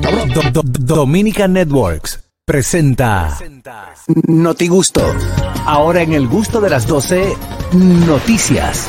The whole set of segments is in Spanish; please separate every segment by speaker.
Speaker 1: cabrón.
Speaker 2: Do- do- Dominica Networks presenta
Speaker 1: Noti Gusto. Ahora en el gusto de las 12, noticias.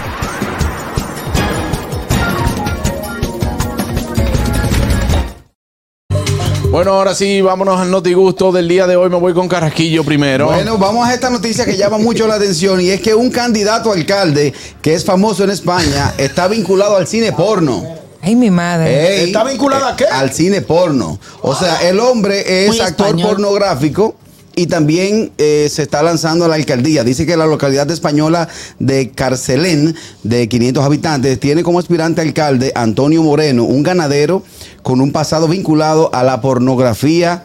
Speaker 3: Bueno, ahora sí, vámonos al notigusto del día de hoy. Me voy con Carrasquillo primero.
Speaker 4: Bueno, vamos a esta noticia que llama mucho la atención y es que un candidato a alcalde que es famoso en España está vinculado al cine porno.
Speaker 5: Ay, mi madre.
Speaker 4: Ey,
Speaker 3: ¿Está vinculada a qué?
Speaker 4: Al cine porno. O sea, el hombre es
Speaker 6: Muy
Speaker 4: actor
Speaker 6: español.
Speaker 4: pornográfico y también eh, se está lanzando a la alcaldía. Dice que la localidad española de Carcelén, de 500 habitantes, tiene como aspirante alcalde Antonio Moreno, un ganadero con un pasado vinculado a la pornografía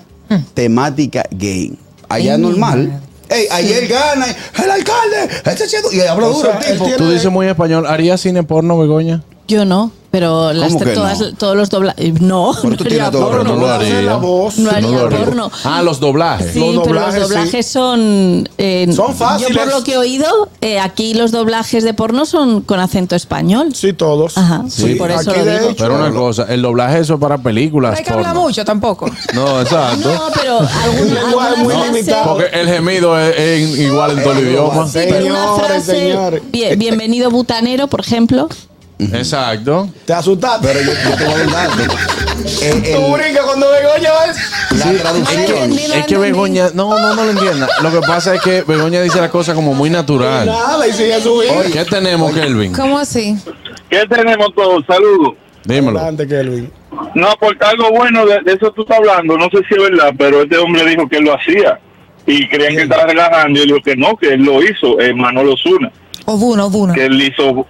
Speaker 4: temática gay. Allá
Speaker 5: Ay, mi
Speaker 4: normal.
Speaker 5: madre.
Speaker 4: Ey, ayer gana, el alcalde, este siendo- y habla duro el tipo.
Speaker 3: Tú dices muy español. ¿Harías cine porno, Begoña?
Speaker 6: Yo no, pero las
Speaker 4: ¿Cómo que
Speaker 6: todas,
Speaker 4: no?
Speaker 6: todos los doblajes. No,
Speaker 4: Pero tú
Speaker 6: no
Speaker 4: tienes
Speaker 6: haría
Speaker 4: todo, pero
Speaker 6: porno.
Speaker 4: no lo harías.
Speaker 3: haría.
Speaker 6: No haría porno.
Speaker 3: Ah, los doblajes.
Speaker 6: Sí,
Speaker 3: Los-
Speaker 6: pero los doblajes son. eh,
Speaker 7: Son fáciles.
Speaker 6: Yo, por lo que he oído, eh, aquí los doblajes de porno son con acento español.
Speaker 7: Sí, todos.
Speaker 6: Ajá, sí, por eso
Speaker 7: Aquí,
Speaker 6: lo
Speaker 7: de
Speaker 6: digo.
Speaker 7: hecho,
Speaker 3: Pero una cosa, el doblaje eso es para películas.
Speaker 5: No hay que hablar
Speaker 3: porno.
Speaker 5: mucho tampoco.
Speaker 3: No, exacto.
Speaker 6: No, pero algún,
Speaker 7: lenguaje
Speaker 6: alguna
Speaker 7: muy
Speaker 6: frase-
Speaker 7: limitado.
Speaker 3: Porque el gemido es, es igual en todo el idioma.
Speaker 6: Sí, pero una
Speaker 7: Señores,
Speaker 6: frase.
Speaker 7: señores.
Speaker 6: bien- bienvenido butanero, por ejemplo.
Speaker 3: Exacto.
Speaker 7: te asustaste.
Speaker 4: Pero yo, yo te voy a dar un dato. El- el-
Speaker 7: Tú brincas cuando Begoña va.
Speaker 4: la traducción.
Speaker 6: entendí, no
Speaker 3: Es que
Speaker 6: entendí.
Speaker 3: Begoña, no, no, no lo entienda. Lo que pasa es que Begoña dice la cosa como muy natural.
Speaker 7: Nada, y sigue subiendo.
Speaker 3: ¿Qué tenemos, Kelvin?
Speaker 5: ¿Cómo así?
Speaker 8: ¿Qué tenemos todos? Saludos.
Speaker 3: Dímelo.
Speaker 7: Adelante, Kelvin.
Speaker 8: No, porque algo bueno de, de eso tú estás hablando, no sé si es verdad, pero este hombre dijo que él lo hacía y creían que estaba relajando y él dijo que no, que él lo hizo, eh, Manolo Zuna,
Speaker 5: Obuno, obuno.
Speaker 8: que él hizo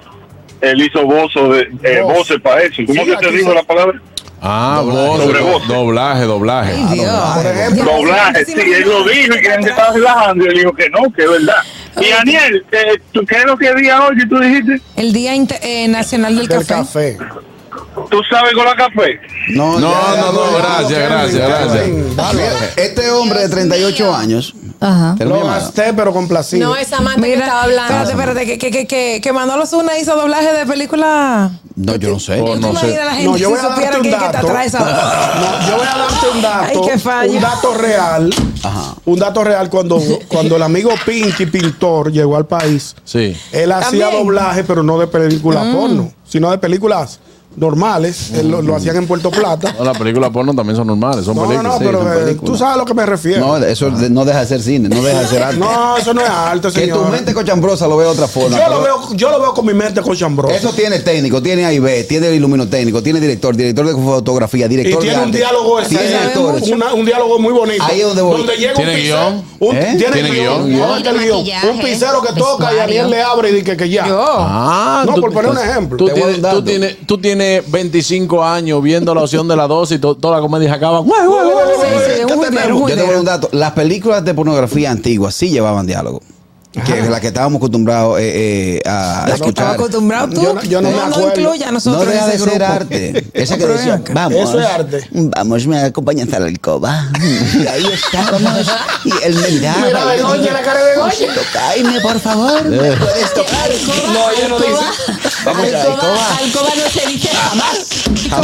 Speaker 8: él hizo bozo de, eh,
Speaker 7: Voz.
Speaker 8: voces para eso. ¿Cómo
Speaker 7: Sí,
Speaker 8: que te
Speaker 7: aquí
Speaker 8: dijo
Speaker 7: se-
Speaker 8: la palabra?
Speaker 3: Ah,
Speaker 8: Sobre
Speaker 3: voz,
Speaker 8: voz.
Speaker 3: doblaje, doblaje.
Speaker 5: Ay, Dios.
Speaker 4: por ejemplo.
Speaker 5: Ya,
Speaker 8: Doblaje, sí,
Speaker 5: muchísimas
Speaker 8: él lo
Speaker 5: gracias.
Speaker 8: dijo y creían que estaba relajando y él dijo que no, que es verdad. Y Daniel, eh, ¿tú qué es lo que día hoy que tú dijiste?
Speaker 5: El Día Inter- eh, Nacional del
Speaker 7: Del
Speaker 5: Café.
Speaker 7: café.
Speaker 8: ¿Tú sabes con la café?
Speaker 4: No,
Speaker 3: No,
Speaker 4: ya,
Speaker 3: no, no,
Speaker 4: ya,
Speaker 3: gracias,
Speaker 4: ya,
Speaker 3: gracias,
Speaker 4: ya,
Speaker 3: gracias.
Speaker 4: Kelvin, dale. Este hombre de 38 años.
Speaker 6: Ajá.
Speaker 4: tenemos
Speaker 7: Lo
Speaker 4: llamada.
Speaker 7: gasté, pero complacido.
Speaker 9: No, esa amante que
Speaker 5: Mira,
Speaker 9: estaba hablando.
Speaker 5: espérate, espérate, que, que, que, que, que Manolo Zuna hizo doblaje de película.
Speaker 4: No, yo no sé.
Speaker 3: Oh,
Speaker 5: ¿Tú
Speaker 3: no
Speaker 5: imaginas
Speaker 3: sé.
Speaker 5: la gente
Speaker 7: No, yo voy
Speaker 5: si
Speaker 7: a darte
Speaker 5: supiera
Speaker 7: un
Speaker 5: que, que te
Speaker 7: dato.
Speaker 5: atrae esa...
Speaker 7: No, yo voy a darte un dato.
Speaker 5: Ay, qué fallo.
Speaker 7: Un dato real.
Speaker 4: Ajá.
Speaker 7: Un dato real. Cuando, cuando el amigo Pinky Pintor llegó al país,
Speaker 3: Sí.
Speaker 7: él hacía
Speaker 5: También. Mm.
Speaker 7: doblaje, pero no de películas porno, sino de películas normales. Él lo, lo hacían en Puerto Plata.
Speaker 3: No, las películas porno también son normales, son
Speaker 7: No, no,
Speaker 3: películas.
Speaker 7: no,
Speaker 4: sí,
Speaker 7: pero
Speaker 4: son
Speaker 7: eh, tú
Speaker 4: Mm. películas.
Speaker 7: sabes a lo que me refiero.
Speaker 4: No, eso de- no deja de ser cine, no deja de ser arte.
Speaker 7: No, eso no es arte,
Speaker 4: que tu
Speaker 7: señor.
Speaker 4: mente cochambrosa lo vea de otra forma.
Speaker 7: Yo
Speaker 4: pero
Speaker 7: lo, veo, yo lo veo con mi mente con chambrosa.
Speaker 4: Eso tiene técnico, tiene A y B, tiene el iluminotécnico, tiene director, director de fotografía,
Speaker 7: y
Speaker 4: director de
Speaker 7: tiene un
Speaker 4: arte.
Speaker 7: diálogo
Speaker 4: Tiene
Speaker 7: excelente,
Speaker 4: actores.
Speaker 7: una- un diálogo muy bonito.
Speaker 4: Ahí es donde voy.
Speaker 7: llega
Speaker 3: ¿Tiene
Speaker 7: un pincel,
Speaker 3: guión?
Speaker 7: un-
Speaker 4: ¿Eh?
Speaker 7: Tiene,
Speaker 3: ¿Tiene
Speaker 7: guión.
Speaker 3: guión?
Speaker 7: No, es que el guión.
Speaker 9: Maquillaje,
Speaker 7: Un pincero que toca y
Speaker 9: vestuario.
Speaker 7: Ariel le abre y dice que, que ya.
Speaker 5: Yo.
Speaker 3: Ah,
Speaker 7: No, por poner un ejemplo.
Speaker 3: Tú
Speaker 4: Te voy a
Speaker 3: tienes,
Speaker 4: dar un
Speaker 3: tú,
Speaker 4: dato.
Speaker 3: tienes, tú tienes 25 años viendo la opción de la 12 y to- todas las comedias acaban. "Guau, guau, guau".
Speaker 5: Sí, sí, es un juidero, un
Speaker 4: Yo te voy a dar
Speaker 5: juidero.
Speaker 4: un dato. Las películas de pornografía antiguas sí llevaban diálogo. Que es la que estábamos acostumbrados eh, eh, a
Speaker 5: La que estaba
Speaker 4: escuchar.
Speaker 5: acostumbrado tú.
Speaker 7: Yo no- yo no me acuerdo.
Speaker 5: incluya a
Speaker 4: No
Speaker 5: nosotros en
Speaker 4: deja de
Speaker 5: ese
Speaker 4: ser
Speaker 5: grupo.
Speaker 4: arte. Esa que
Speaker 5: Pero ven
Speaker 4: decía,
Speaker 5: acá.
Speaker 4: vamos. mm,
Speaker 7: Eso es arte.
Speaker 4: Vamos, me acompañas a la alcoba. Y ahí estábamos. Y él me miraba.
Speaker 7: Mira, Begoña, la cara de Begoña.
Speaker 4: Tocarme, por favor. ¿Me puedes tocar?
Speaker 7: No, ella no dice.
Speaker 4: Vamos a la
Speaker 6: Alcoba,
Speaker 4: alcoba.
Speaker 6: alcoba no se dice jamás.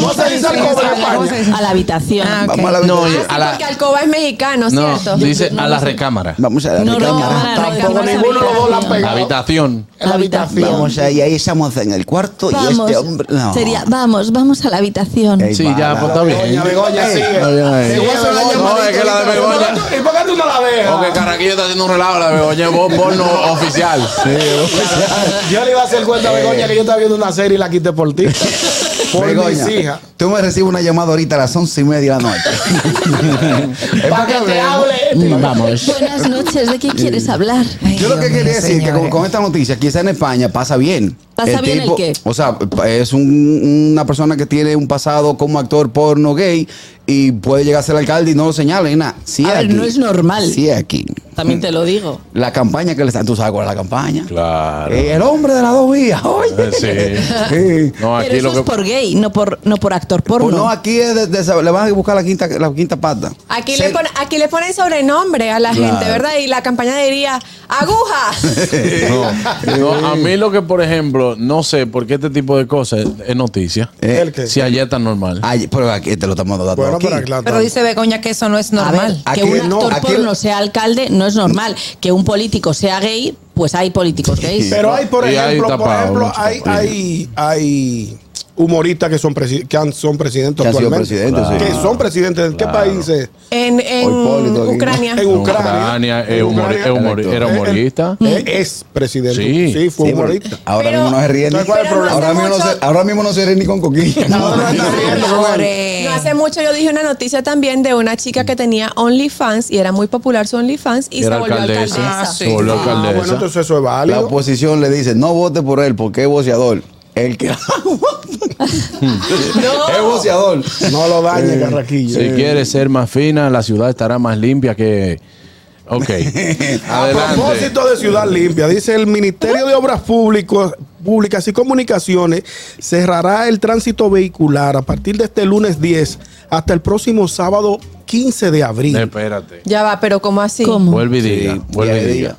Speaker 7: ¿Cómo se dice el cobre en
Speaker 5: ¿Cómo se
Speaker 7: España?
Speaker 5: dice?
Speaker 6: A la habitación.
Speaker 5: Ah, ok.
Speaker 4: Vamos a la
Speaker 3: No,
Speaker 4: ventana.
Speaker 3: oye,
Speaker 9: Sí,
Speaker 3: a la,
Speaker 9: porque Alcoba es mexicano,
Speaker 3: no,
Speaker 9: ¿cierto?
Speaker 3: dice a la recámara.
Speaker 4: Vamos a la
Speaker 6: No, no,
Speaker 4: recámara.
Speaker 6: cámara, no,
Speaker 7: Tampoco
Speaker 6: cámara,
Speaker 7: ninguno de los dos la
Speaker 6: habitación.
Speaker 7: pegó.
Speaker 3: Habitación.
Speaker 7: En la habitación.
Speaker 4: Vamos ahí, ahí estamos en el cuarto y
Speaker 6: Vamos,
Speaker 4: este hombre. No.
Speaker 6: sería, vamos, vamos a la habitación.
Speaker 4: Ey,
Speaker 3: Sí, ya,
Speaker 4: bala.
Speaker 3: pues está
Speaker 7: Begoña,
Speaker 3: bien.
Speaker 7: Begoña, sigue.
Speaker 3: no, ya, ya.
Speaker 7: Te voy a hacer la
Speaker 3: No,
Speaker 7: llamadita
Speaker 3: es que la de
Speaker 7: ahorita.
Speaker 3: Begoña-
Speaker 7: ¿Y por qué tú- ¿Y por qué tú no la
Speaker 3: Porque
Speaker 7: dejas?
Speaker 3: Carraquillo está haciendo un relajo, la Begoña es voz porno oficial.
Speaker 7: Yo le iba a hacer cuenta a Begoña que yo estaba viendo una serie y la quité por ti. Por
Speaker 4: Begoña,
Speaker 7: mis hijas.
Speaker 4: Tú me recibes una llamada ahorita a las once y media de la noche.
Speaker 7: Para que te hable.
Speaker 4: Mm, Vamos.
Speaker 6: Buenas noches, ¿de qué quieres hablar?
Speaker 5: Ay,
Speaker 4: Yo lo
Speaker 5: Dios
Speaker 4: que
Speaker 5: mío,
Speaker 4: quería decir que con,
Speaker 5: señores.
Speaker 4: con esta noticia, quizá en España pasa bien.
Speaker 6: ¿Pasa bien el qué?
Speaker 4: O sea, es un- una persona que tiene un pasado como actor porno gay y puede llegar a ser alcalde y no lo señala y nada. Sí,
Speaker 6: A ver,
Speaker 4: aquí.
Speaker 6: no es normal.
Speaker 4: Sí, aquí.
Speaker 6: También te lo digo.
Speaker 4: La campaña que le están, tú sabes cuál es la campaña.
Speaker 3: Claro. Eh,
Speaker 4: Eh, el hombre de las dos vías, oye.
Speaker 3: Sí. No,
Speaker 6: Pero
Speaker 3: aquí
Speaker 6: eso
Speaker 3: lo que.
Speaker 6: es por gay, no por, no por actor porno.
Speaker 4: Pues no, aquí es de- de- le van a buscar la quinta, la quinta pata.
Speaker 9: Aquí,
Speaker 4: Se-
Speaker 9: le pon- aquí le ponen sobre
Speaker 5: renombre a la
Speaker 4: Claro.
Speaker 5: gente, ¿verdad? Y la campaña diría, aguja.
Speaker 3: No, a mí lo que, por ejemplo, no sé por qué este tipo de cosas es noticia.
Speaker 4: Eh,
Speaker 7: ¿El qué?
Speaker 3: Si allá está normal.
Speaker 4: ay, pero aquí te lo estamos dando
Speaker 7: Bueno,
Speaker 4: aquí.
Speaker 7: para aclarar.
Speaker 5: Pero dice Begoña que eso no es
Speaker 6: A
Speaker 5: normal.
Speaker 6: ver,
Speaker 4: Aquí
Speaker 6: que un
Speaker 4: no,
Speaker 6: actor
Speaker 4: aquí-
Speaker 6: porno sea alcalde no es normal. Que un político sea gay, pues hay políticos gays.
Speaker 7: Pero hay, por
Speaker 3: Y hay
Speaker 7: ejemplo, por
Speaker 3: tapado,
Speaker 7: ejemplo,
Speaker 3: mucho
Speaker 7: hay,
Speaker 3: tapado.
Speaker 7: hay, hay humoristas que son, presi- que han- son presidentes
Speaker 4: Que han sido
Speaker 7: actualmente.
Speaker 4: presidentes, sí.
Speaker 7: Que son presidentes. ¿En qué países?
Speaker 5: En, en
Speaker 4: O Hipólito, aquí.
Speaker 5: Ucrania.
Speaker 7: En Ucrania.
Speaker 3: Ucrania, es
Speaker 7: En
Speaker 3: humor-
Speaker 7: Ucrania.
Speaker 3: es humor- era humorista.
Speaker 7: Eh, es presidente. Sí, fue
Speaker 3: Sí.
Speaker 4: Sí, pero
Speaker 7: humorista.
Speaker 4: ahora
Speaker 5: Pero-
Speaker 4: mismo no se ríe ni
Speaker 7: Entonces, ¿cuál es el
Speaker 5: pero no
Speaker 7: problema?
Speaker 4: ahora, mismo no
Speaker 5: mucho-
Speaker 4: se, ahora mismo no se ríe ni con coquilla.
Speaker 7: No, no, no. Eh,
Speaker 5: Señores. No hace mucho yo dije una noticia también de una chica que tenía OnlyFans y era muy popular su OnlyFans y se
Speaker 3: Era
Speaker 5: volvió alcaldesa.
Speaker 3: alcaldesa.
Speaker 5: Ah,
Speaker 3: Se volvió
Speaker 7: Ah, bueno,
Speaker 3: alcaldesa.
Speaker 7: entonces eso es
Speaker 4: La
Speaker 7: válido.
Speaker 4: oposición le dice, no vote por él porque es boceador. El que es boceador.
Speaker 7: No lo
Speaker 4: eh,
Speaker 7: dañe, Carraquillo.
Speaker 3: Si quieres ser más fina, la ciudad estará más limpia que. Ok.
Speaker 7: A
Speaker 3: Adelante.
Speaker 7: propósito de Ciudad Limpia, dice el Ministerio de Obras Públicos, Públicas y Comunicaciones cerrará el tránsito vehicular a partir de este lunes 10 hasta el próximo sábado 15 de abril.
Speaker 3: Espérate.
Speaker 5: Ya va, pero ¿cómo así?
Speaker 6: ¿Cómo?
Speaker 3: Vuelve y diga.
Speaker 4: Sí,
Speaker 3: vuelve
Speaker 4: ya
Speaker 3: y
Speaker 4: diga.
Speaker 3: diga.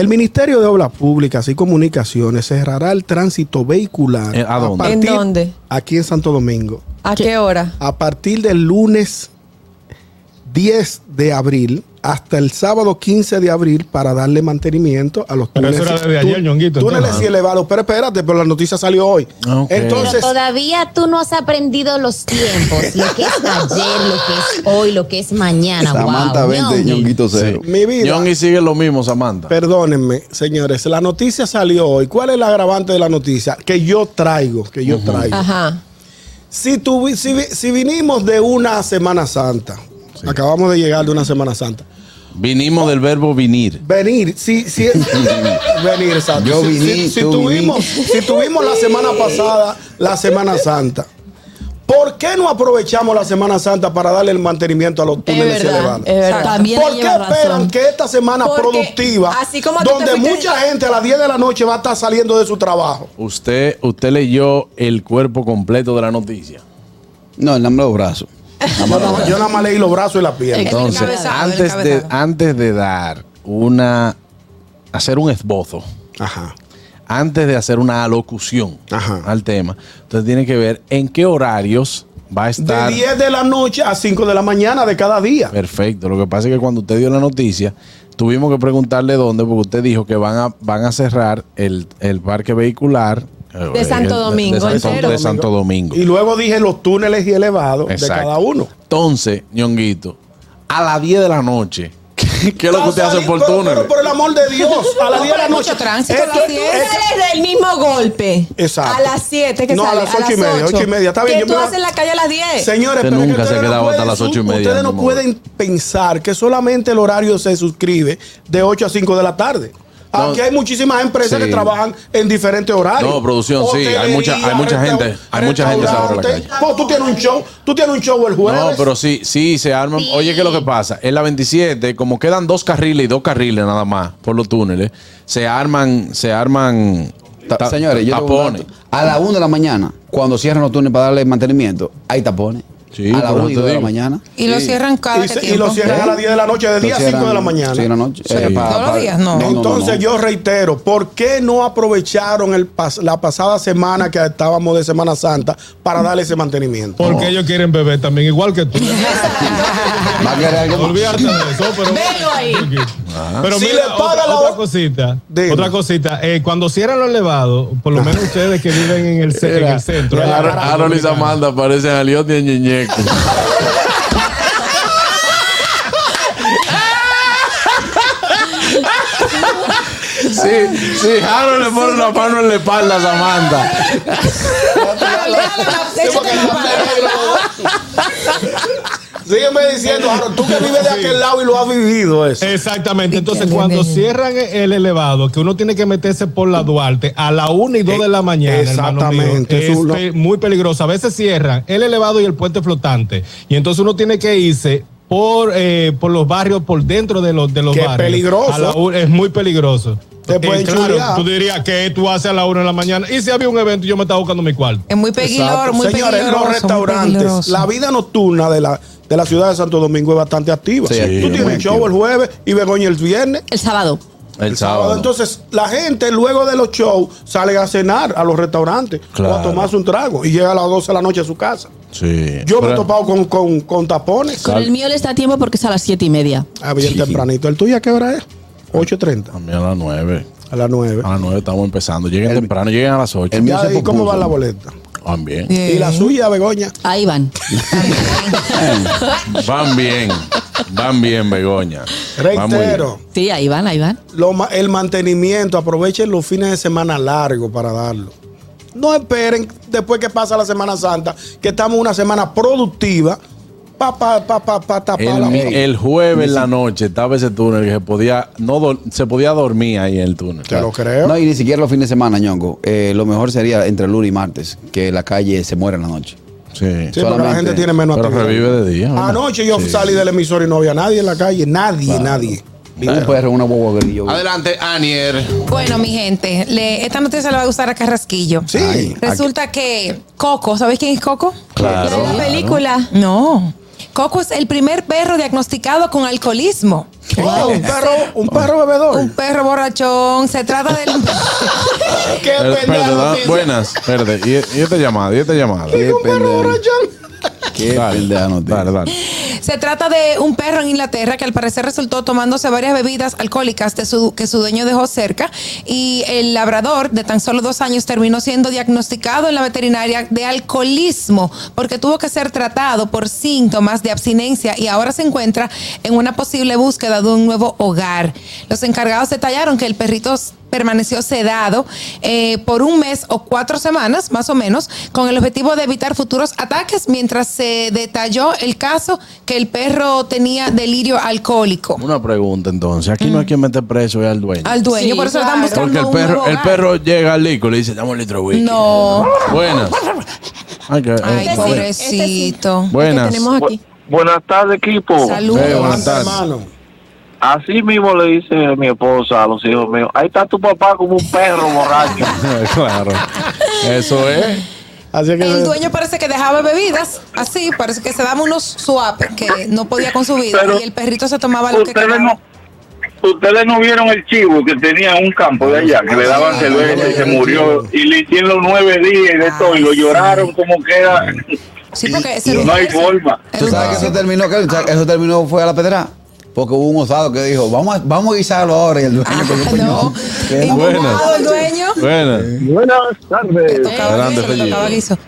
Speaker 7: El Ministerio de Obras Públicas y Comunicaciones cerrará el tránsito vehicular.
Speaker 3: Eh, ¿a dónde?
Speaker 7: partir-
Speaker 5: ¿En dónde?
Speaker 7: Aquí en Santo Domingo.
Speaker 5: ¿A qué hora?
Speaker 7: A partir del lunes 10 de abril hasta el sábado 15 de abril para darle mantenimiento a los
Speaker 9: Pero eso
Speaker 7: túneles.
Speaker 9: era desde ayer,
Speaker 7: tú-
Speaker 9: Ñonguito,
Speaker 7: túneles
Speaker 9: entonces.
Speaker 7: y elevados. Pero espérate, pero la noticia salió hoy.
Speaker 3: Ah, ok.
Speaker 10: Pero
Speaker 7: Entonces,
Speaker 10: todavía tú no has aprendido los tiempos, lo que es ayer, lo que es hoy, lo que es mañana.
Speaker 4: Samantha
Speaker 10: Wow,
Speaker 4: 20,
Speaker 10: Ñongui.
Speaker 4: Ñonguito 0.
Speaker 7: mi vida.
Speaker 3: Young y sigue lo mismo, Samantha.
Speaker 7: Perdónenme, señores, la noticia salió hoy. ¿Cuál es el agravante de la noticia? Que yo traigo, que yo traigo.
Speaker 5: Ajá.
Speaker 7: Si, tuvi- si, vi- si vinimos de una Semana Santa, acabamos de llegar de una Semana Santa.
Speaker 3: Vinimos del verbo vinir.
Speaker 7: Venir, si, si venir, exacto.
Speaker 4: Yo
Speaker 7: Si- si-
Speaker 4: viní,
Speaker 7: si,
Speaker 4: tú
Speaker 7: tuvimos, si tuvimos la semana pasada, la Semana Santa. ¿Por qué no aprovechamos la Semana Santa para darle el mantenimiento a los túneles
Speaker 5: verdad,
Speaker 7: elevados?
Speaker 5: es verdad.
Speaker 6: También
Speaker 7: ¿Por
Speaker 6: le
Speaker 7: qué
Speaker 6: lleva
Speaker 7: esperan
Speaker 6: razón.
Speaker 7: que esta semana
Speaker 5: Porque
Speaker 7: productiva,
Speaker 5: así como tú te
Speaker 7: donde
Speaker 5: fuiste-
Speaker 7: mucha gente a las 10 de la noche va a estar saliendo de su trabajo?
Speaker 3: Usted, usted leyó el cuerpo completo de la noticia.
Speaker 4: No, el nombre de los brazos. Nada
Speaker 7: Yo
Speaker 4: más los
Speaker 7: nada, yo
Speaker 4: brazos.
Speaker 7: nada más leí los brazos y la pierna.
Speaker 5: Exacto.
Speaker 3: Entonces,
Speaker 5: encabezado, el
Speaker 3: antes de,
Speaker 5: encabezado.
Speaker 3: antes de dar una. hacer un esbozo,
Speaker 7: Ajá.
Speaker 3: antes de hacer una alocución
Speaker 7: Ajá.
Speaker 3: al tema, usted tiene que ver en qué horarios va a
Speaker 7: De
Speaker 3: estar. Eh,
Speaker 7: 10 de la noche a 5 de la mañana de cada día.
Speaker 3: Perfecto. Lo que pasa es que cuando usted dio la noticia, tuvimos que preguntarle dónde, porque usted dijo que van a, van a cerrar el, el parque vehicular. eh,
Speaker 5: De
Speaker 3: el-
Speaker 5: Santo Domingo,
Speaker 3: De,
Speaker 5: entero.
Speaker 3: Santo, de Santo Domingo.
Speaker 7: Y luego dije los túneles y elevados
Speaker 3: Exacto.
Speaker 7: de cada uno.
Speaker 3: Entonces, ñonguito, a las 10 de la noche, ¿qué es lo que usted
Speaker 7: Está
Speaker 3: hace
Speaker 7: saliendo-
Speaker 3: por
Speaker 7: pero-
Speaker 3: túneles?
Speaker 7: Pero por el amor de Dios, a las 10 de la
Speaker 5: Mucho
Speaker 7: noche.
Speaker 5: tránsito
Speaker 7: Es
Speaker 5: a las
Speaker 7: que-
Speaker 5: 10.
Speaker 7: es
Speaker 5: Tú sales del mismo golpe.
Speaker 7: Exacto.
Speaker 5: A las 7 que
Speaker 7: No, a
Speaker 5: sale.
Speaker 7: las ocho y media,
Speaker 5: ocho.
Speaker 7: ocho y media. Está bien, yo
Speaker 5: ¿Qué tú
Speaker 7: me-
Speaker 5: haces en la calle a las 10?
Speaker 7: Señores,
Speaker 3: Usted
Speaker 7: pero es que
Speaker 3: nunca se
Speaker 7: ustedes
Speaker 3: quedaba hasta
Speaker 7: pueden
Speaker 3: las
Speaker 7: su-
Speaker 3: ocho y media,
Speaker 7: Ustedes
Speaker 3: mi
Speaker 7: no
Speaker 3: amor.
Speaker 7: pueden pensar que solamente el horario se suscribe de 8 a 5 de la tarde.
Speaker 3: No.
Speaker 7: Aquí hay muchísimas empresas
Speaker 3: Sí.
Speaker 7: que trabajan en diferentes horarios.
Speaker 3: No, producción, sí, hay mucha- hay mucha
Speaker 7: restaur-
Speaker 3: gente, hay mucha gente esa hora en la
Speaker 7: restaurante.
Speaker 3: calle.
Speaker 7: Pues, tú tienes un show, tú tienes un show el jueves.
Speaker 3: No, pero sí, sí, se arman.
Speaker 10: Sí.
Speaker 3: Oye, ¿qué es lo que pasa? En la 27, como quedan dos carriles y dos carriles nada más por los túneles, se arman, se arman
Speaker 4: Ta-
Speaker 3: ta-
Speaker 4: Señores, yo le voy a dar un
Speaker 3: tapones.
Speaker 4: dato. a las 1 de la mañana, cuando cierran los túneles para darle mantenimiento, hay tapones.
Speaker 3: Sí,
Speaker 4: a las
Speaker 3: pero
Speaker 4: 1
Speaker 3: te
Speaker 4: y dos de la
Speaker 3: digo.
Speaker 4: mañana.
Speaker 5: Y lo cierran cada
Speaker 7: y,
Speaker 11: este
Speaker 7: se- y lo cierran a las 10 de la noche, de
Speaker 4: Lo
Speaker 7: 10 a 5 de la
Speaker 4: cierran-
Speaker 7: mañana.
Speaker 4: sí, en la noche.
Speaker 3: Sí.
Speaker 4: Eh, pa-
Speaker 5: Todos los
Speaker 4: pa-
Speaker 5: días, no.
Speaker 4: no, no,
Speaker 7: Entonces
Speaker 4: no.
Speaker 7: yo reitero, ¿por qué no aprovecharon el pas- la pasada semana que estábamos de Semana Santa para darle ese mantenimiento?
Speaker 9: Porque ellos quieren beber también, igual que tú.
Speaker 4: Va a querer algo más.
Speaker 9: Olvídate de eso, pero.
Speaker 5: Velo ahí.
Speaker 3: Ah.
Speaker 9: Pero
Speaker 7: Si
Speaker 9: mira,
Speaker 7: le paga
Speaker 9: otra,
Speaker 7: la
Speaker 9: otra
Speaker 7: o-
Speaker 9: cosita.
Speaker 7: Dime.
Speaker 9: Otra cosita. eh, cuando cierran los elevados, por lo menos ustedes que viven en el, ce- en el centro. en la
Speaker 3: Ar-
Speaker 9: República
Speaker 3: Harold y
Speaker 9: Dominicana.
Speaker 3: Samantha parecen a León y a Ñeñeco. Sí, sí, Harold le pone una mano en la espalda a Samantha.
Speaker 7: Sígueme diciendo, Harold, tú que vives de aquel lado y lo has vivido eso.
Speaker 9: Exactamente. Entonces, cuando cierran el elevado, que uno tiene que meterse por la Duarte a la 1 y 2 de la mañana. hermano mío,
Speaker 7: Eh, Exactamente,
Speaker 9: es
Speaker 7: eso lo-
Speaker 9: pe- muy peligroso. A veces cierran el elevado y el puente flotante. Y entonces uno tiene que irse por, eh, por los barrios, por dentro de los, de los
Speaker 7: Qué
Speaker 9: barrios.
Speaker 7: peligroso.
Speaker 9: A la u- es muy peligroso. Eh,
Speaker 7: Te pueden chulear.
Speaker 9: tú dirías que tú haces a la una de la mañana. Y si había un evento, yo me estaba buscando mi cuarto.
Speaker 11: Es muy peguilor,
Speaker 7: Exacto.
Speaker 11: muy
Speaker 7: Señores,
Speaker 11: peligroso, muy
Speaker 7: los restaurantes,
Speaker 11: peligroso.
Speaker 7: la vida nocturna de la, de la ciudad de Santo Domingo es bastante activa.
Speaker 3: Sí,
Speaker 7: Tú
Speaker 3: activa, muy
Speaker 7: tienes show
Speaker 3: activa.
Speaker 7: el jueves y Begoña el viernes.
Speaker 6: El sábado.
Speaker 3: El sábado.
Speaker 7: Entonces, la gente luego de los shows sale a cenar a los restaurantes o a
Speaker 3: Claro.
Speaker 7: tomarse un trago y llega a las 12 de la noche a su casa.
Speaker 3: Sí.
Speaker 7: Yo me he
Speaker 3: Pero-
Speaker 7: topado con, con, con tapones.
Speaker 6: Con el mío le está tiempo porque es a las siete y media.
Speaker 7: Ah, bien
Speaker 3: Sí.
Speaker 7: tempranito. ¿El tuyo a qué hora es? 8.30.
Speaker 3: A mí a las 9.
Speaker 7: A las 9.
Speaker 3: A las 9 estamos empezando. Lleguen temprano, lleguen a las 8.
Speaker 4: el mío se
Speaker 7: ¿Y cómo
Speaker 4: pospuso.
Speaker 7: va la boleta?
Speaker 3: También.
Speaker 7: ¿Y la suya, Begoña?
Speaker 6: Ahí van.
Speaker 3: Van bien. Van bien, Begoña. Van muy bien.
Speaker 7: Reitero.
Speaker 6: Sí, ahí van, ahí van.
Speaker 7: lo ma- el mantenimiento, aprovechen los fines de semana largos para darlo. No esperen después que pasa la Semana Santa, que estamos una semana productiva, pa, pa, pa, pa, pa, tapar
Speaker 3: El,
Speaker 7: la
Speaker 3: mi-
Speaker 7: boca.
Speaker 3: el jueves en la noche estaba ese túnel que se podía, no dor- se podía dormir ahí en el túnel.
Speaker 7: Te lo creo.
Speaker 4: No, y ni siquiera los fines de semana, ñongo. Eh, lo mejor sería entre lunes y martes, que la calle se muera en la noche.
Speaker 3: Sí.
Speaker 7: Sí, porque la
Speaker 4: solamente-
Speaker 7: gente tiene menos
Speaker 3: Pero
Speaker 7: actividad.
Speaker 3: revive de día. ¿verdad?
Speaker 7: Anoche yo
Speaker 3: Sí.
Speaker 7: salí del emisor y no había nadie en la calle, nadie, nadie.
Speaker 4: Y un perro, una boba grillo.
Speaker 3: Adelante, Anier.
Speaker 11: Bueno, mi gente, le- esta noticia le va a gustar a Carrasquillo.
Speaker 7: Sí. Ay,
Speaker 11: Resulta que Coco, ¿sabéis quién es Coco?
Speaker 3: Claro.
Speaker 5: La de la película.
Speaker 11: No. Coco es el primer perro diagnosticado con alcoholismo.
Speaker 7: Oh, un perro, un perro bebedor.
Speaker 11: Un perro borrachón. Se trata del.
Speaker 7: Qué
Speaker 3: Eh,
Speaker 7: pendejo,
Speaker 3: Perde, da-
Speaker 7: sí, sí.
Speaker 3: buenas, perde. Y, y esta llamada, y esta llamada.
Speaker 4: Qué pendejo. Qué
Speaker 3: Dale,
Speaker 4: pendejo, tío.
Speaker 3: dale, dale.
Speaker 11: Se trata de un perro en Inglaterra que al parecer resultó tomándose varias bebidas alcohólicas de su- que su dueño dejó cerca y el labrador de tan solo dos años terminó siendo diagnosticado en la veterinaria de alcoholismo porque tuvo que ser tratado por síntomas de abstinencia y ahora se encuentra en una posible búsqueda de un nuevo hogar. Los encargados detallaron que el perrito s- permaneció sedado eh, por un mes o cuatro semanas, más o menos, con el objetivo de evitar futuros ataques, mientras se detalló el caso que el perro tenía delirio alcohólico.
Speaker 3: Una pregunta entonces. Aquí no hay quien mete preso, es al dueño.
Speaker 11: Mm. Al dueño,
Speaker 6: Sí,
Speaker 11: por eso le
Speaker 6: claro.
Speaker 11: están
Speaker 3: Porque
Speaker 11: buscando
Speaker 3: el
Speaker 11: un
Speaker 3: perro,
Speaker 11: nuevo
Speaker 3: el
Speaker 11: hogar.
Speaker 3: perro llega al lico y le dice, dame un litro de whisky.
Speaker 11: No.
Speaker 3: Buenas. Ay, que-
Speaker 11: Ay,
Speaker 3: eh,
Speaker 5: pobre.
Speaker 11: pobrecito.
Speaker 6: Este
Speaker 3: Buenas.
Speaker 5: ¿Qué tenemos aquí?
Speaker 8: Buenas tardes, equipo.
Speaker 11: Saludos.
Speaker 3: Eh, buenas tardes.
Speaker 7: hermano.
Speaker 8: Así mismo le dice mi esposa a los hijos míos, ahí está tu papá como un perro borracho.
Speaker 3: Ah, claro. Eso es.
Speaker 7: Así que
Speaker 11: El dueño parece que dejaba bebidas, así, parece que se daba unos swap que no podía con su vida
Speaker 8: Pero
Speaker 11: y el perrito se tomaba lo que
Speaker 8: ustedes
Speaker 11: quedaba.
Speaker 8: no ustedes no vieron el chivo que tenía un campo de allá que le daban cerveza y se murió y le hicieron los nueve días y de todo y lo lloraron como que era
Speaker 11: Sí, porque ese era un
Speaker 8: no hay
Speaker 11: perro.
Speaker 8: forma
Speaker 4: ¿Tú sabes que eso terminó, que eso terminó fue a la pedra? Porque hubo un osado que dijo, vamos a, vamos a guisarlo ahora y el dueño
Speaker 11: Ah,
Speaker 4: cogió, pues,
Speaker 11: no.
Speaker 4: Qué
Speaker 11: Incomodado
Speaker 3: buena.
Speaker 11: el dueño.
Speaker 3: Buenas.
Speaker 8: buenas
Speaker 11: Le
Speaker 8: tardes
Speaker 11: tocaba
Speaker 3: Adelante,
Speaker 11: guiso, le
Speaker 3: Fellito.
Speaker 11: tocaba guiso.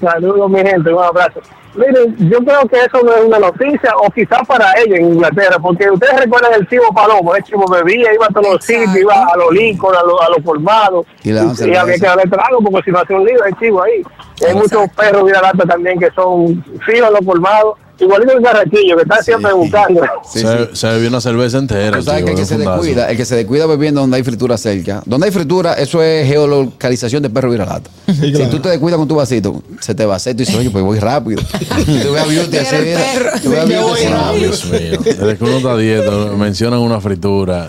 Speaker 8: saludos mi gente un abrazo miren yo creo que eso no es una noticia o quizás para ella en Inglaterra porque ustedes recuerdan el chivo palomo el chivo bebía iba a todos los
Speaker 11: Exacto.
Speaker 8: sitios iba a los licos a, los- a los formados
Speaker 4: Y
Speaker 8: y,
Speaker 4: le daban
Speaker 8: y había
Speaker 4: cerveza.
Speaker 8: que darle trago porque si no hacía un lío el chivo ahí hay muchos perros de lata también que son fijos en los formados igualito el garratillo que está siempre buscando
Speaker 4: Sí,
Speaker 3: se,
Speaker 4: sí.
Speaker 3: se bebió una cerveza entera.
Speaker 4: Tú sabes
Speaker 3: chico,
Speaker 4: que el que
Speaker 3: de
Speaker 4: se
Speaker 3: un fundazo.
Speaker 4: descuida, el que se descuida bebiendo donde hay fritura cerca. Donde hay fritura, eso es geolocalización de perro viralata. Si tú te descuidas con tu vasito, se te va a hacer, tú dices, oye, pues voy rápido. Tú ves a Beauty
Speaker 11: Era el
Speaker 4: así, mira,
Speaker 11: perro.
Speaker 4: tú ves a
Speaker 7: Sí,
Speaker 4: Beauty
Speaker 7: que voy
Speaker 4: así.
Speaker 3: Ah, Dios mío. Desde que uno está a dieta, mencionan una fritura.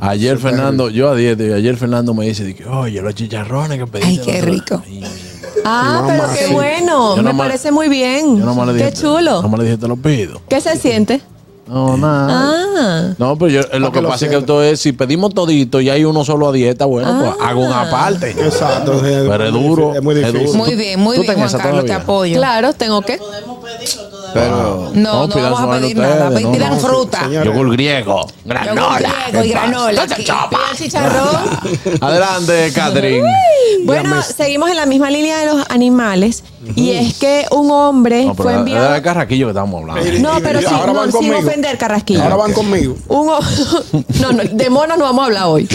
Speaker 3: Ayer Fernando, yo a dieta, y ayer Fernando me dice, dije, oye, los chicharrones que pediste.
Speaker 11: Ay, qué
Speaker 3: el otro día".
Speaker 11: rico.
Speaker 3: Y
Speaker 5: Ah, pero qué
Speaker 3: sí.
Speaker 5: bueno.
Speaker 3: Yo
Speaker 5: Me
Speaker 3: nomás-
Speaker 5: parece muy bien.
Speaker 3: Yo nomás le dije,
Speaker 5: Qué chulo.
Speaker 3: Nomás le dije, te lo pido.
Speaker 5: ¿Qué se siente?
Speaker 3: No, nada.
Speaker 5: Ah.
Speaker 3: No, pero yo, eh, lo que
Speaker 7: lo
Speaker 3: pasa es que
Speaker 7: sienta.
Speaker 3: esto es, si pedimos todito y hay uno solo a dieta, bueno, pues
Speaker 11: Ah.
Speaker 3: hago una parte.
Speaker 7: Exacto.
Speaker 3: Pero es duro,
Speaker 7: Es muy
Speaker 3: es
Speaker 7: difícil.
Speaker 3: duro.
Speaker 11: Muy
Speaker 3: ¿Tú-
Speaker 11: bien, muy
Speaker 3: tú
Speaker 11: bien,
Speaker 3: tenés
Speaker 11: Juan
Speaker 3: esa
Speaker 11: Carlos, te
Speaker 3: todavía?
Speaker 11: apoyo.
Speaker 5: Claro, tengo que.
Speaker 4: Pero
Speaker 11: No, no,
Speaker 3: pidan
Speaker 11: vamos
Speaker 3: su
Speaker 11: a
Speaker 3: vaina
Speaker 11: pedir
Speaker 3: ustedes,
Speaker 11: nada.
Speaker 3: no,
Speaker 11: Pidan
Speaker 3: no.
Speaker 11: fruta.
Speaker 7: Señores,
Speaker 3: Yogur griego,
Speaker 11: Yogur
Speaker 3: granola.
Speaker 11: griego y granola. aquí.
Speaker 5: Pidan chicharrón.
Speaker 3: Adelante, Catherine.
Speaker 5: Bueno, seguimos en la misma línea de los animales. Y es que un hombre
Speaker 3: No, pero
Speaker 5: fue
Speaker 3: era-
Speaker 5: enviado.
Speaker 3: era el carraquillo que estábamos hablando.
Speaker 5: No, pero sin,
Speaker 7: Ahora van
Speaker 5: no, sin
Speaker 7: conmigo.
Speaker 5: ofender, Carrasquillo.
Speaker 7: Ahora van conmigo.
Speaker 5: Un o- no, no, de mono no vamos a hablar hoy.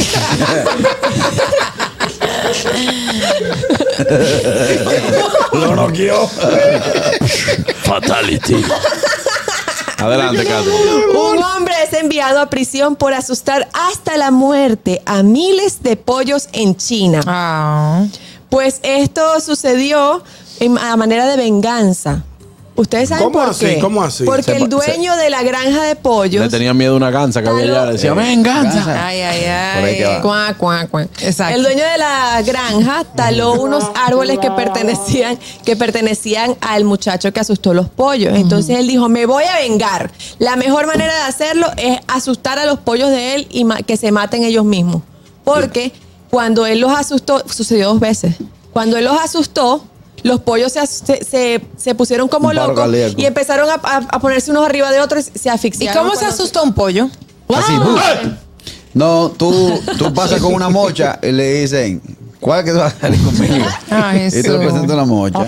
Speaker 3: Lo noqueó. Fatality. Adelante, Catherine.
Speaker 5: Un hombre es enviado a prisión por asustar hasta la muerte a miles de pollos en China.
Speaker 11: Ah.
Speaker 5: Pues esto sucedió en- a manera de venganza. ¿Ustedes saben
Speaker 7: ¿Cómo
Speaker 5: por
Speaker 7: así?
Speaker 5: qué?
Speaker 7: ¿Cómo así?
Speaker 5: Porque
Speaker 7: Se-
Speaker 5: el dueño de la granja de pollos...
Speaker 3: Le tenía miedo a una ganza que había allá. Le decía,
Speaker 5: Eh,
Speaker 3: ven, ganza.
Speaker 5: Ay, ay,
Speaker 3: Por ahí que
Speaker 5: ay.
Speaker 3: va.
Speaker 5: Cuá, cuá, cuá. El dueño de la granja taló unos árboles que pertenecían, que pertenecían al muchacho que asustó los pollos. Entonces él dijo, me voy a vengar. La mejor manera de hacerlo es asustar a los pollos de él y ma- que se maten ellos mismos. Porque cuando él los asustó, sucedió dos veces. Cuando él los asustó, los pollos se, as- se, se- se pusieron como
Speaker 4: Un paro
Speaker 5: locos
Speaker 4: cardíaco.
Speaker 5: y empezaron a, a- a ponerse unos arriba de otros y se asfixiaron.
Speaker 11: ¿Y cómo se
Speaker 5: asustó un pollo?
Speaker 4: Así, ¡bu! No, tú, tú pasas con una mocha y le dicen, ¿cuál que va a salir conmigo?
Speaker 11: Ay,
Speaker 4: y te le
Speaker 11: Jesús.
Speaker 4: presento una mocha.